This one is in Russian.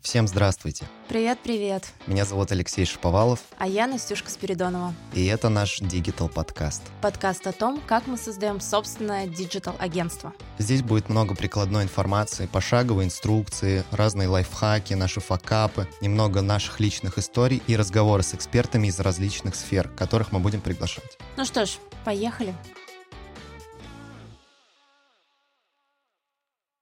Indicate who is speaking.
Speaker 1: Всем здравствуйте.
Speaker 2: Привет-привет.
Speaker 1: Меня зовут Алексей Шиповалов,
Speaker 2: А я Настюшка Спиридонова.
Speaker 1: и это наш Digital подкаст.
Speaker 2: Подкаст о том, как мы создаем собственное диджитал-агентство.
Speaker 1: Здесь будет много прикладной информации, пошаговые инструкции, разные лайфхаки, наши факапы, немного наших личных историй и разговоры с экспертами из различных сфер, которых мы будем приглашать.
Speaker 2: Ну что ж, поехали.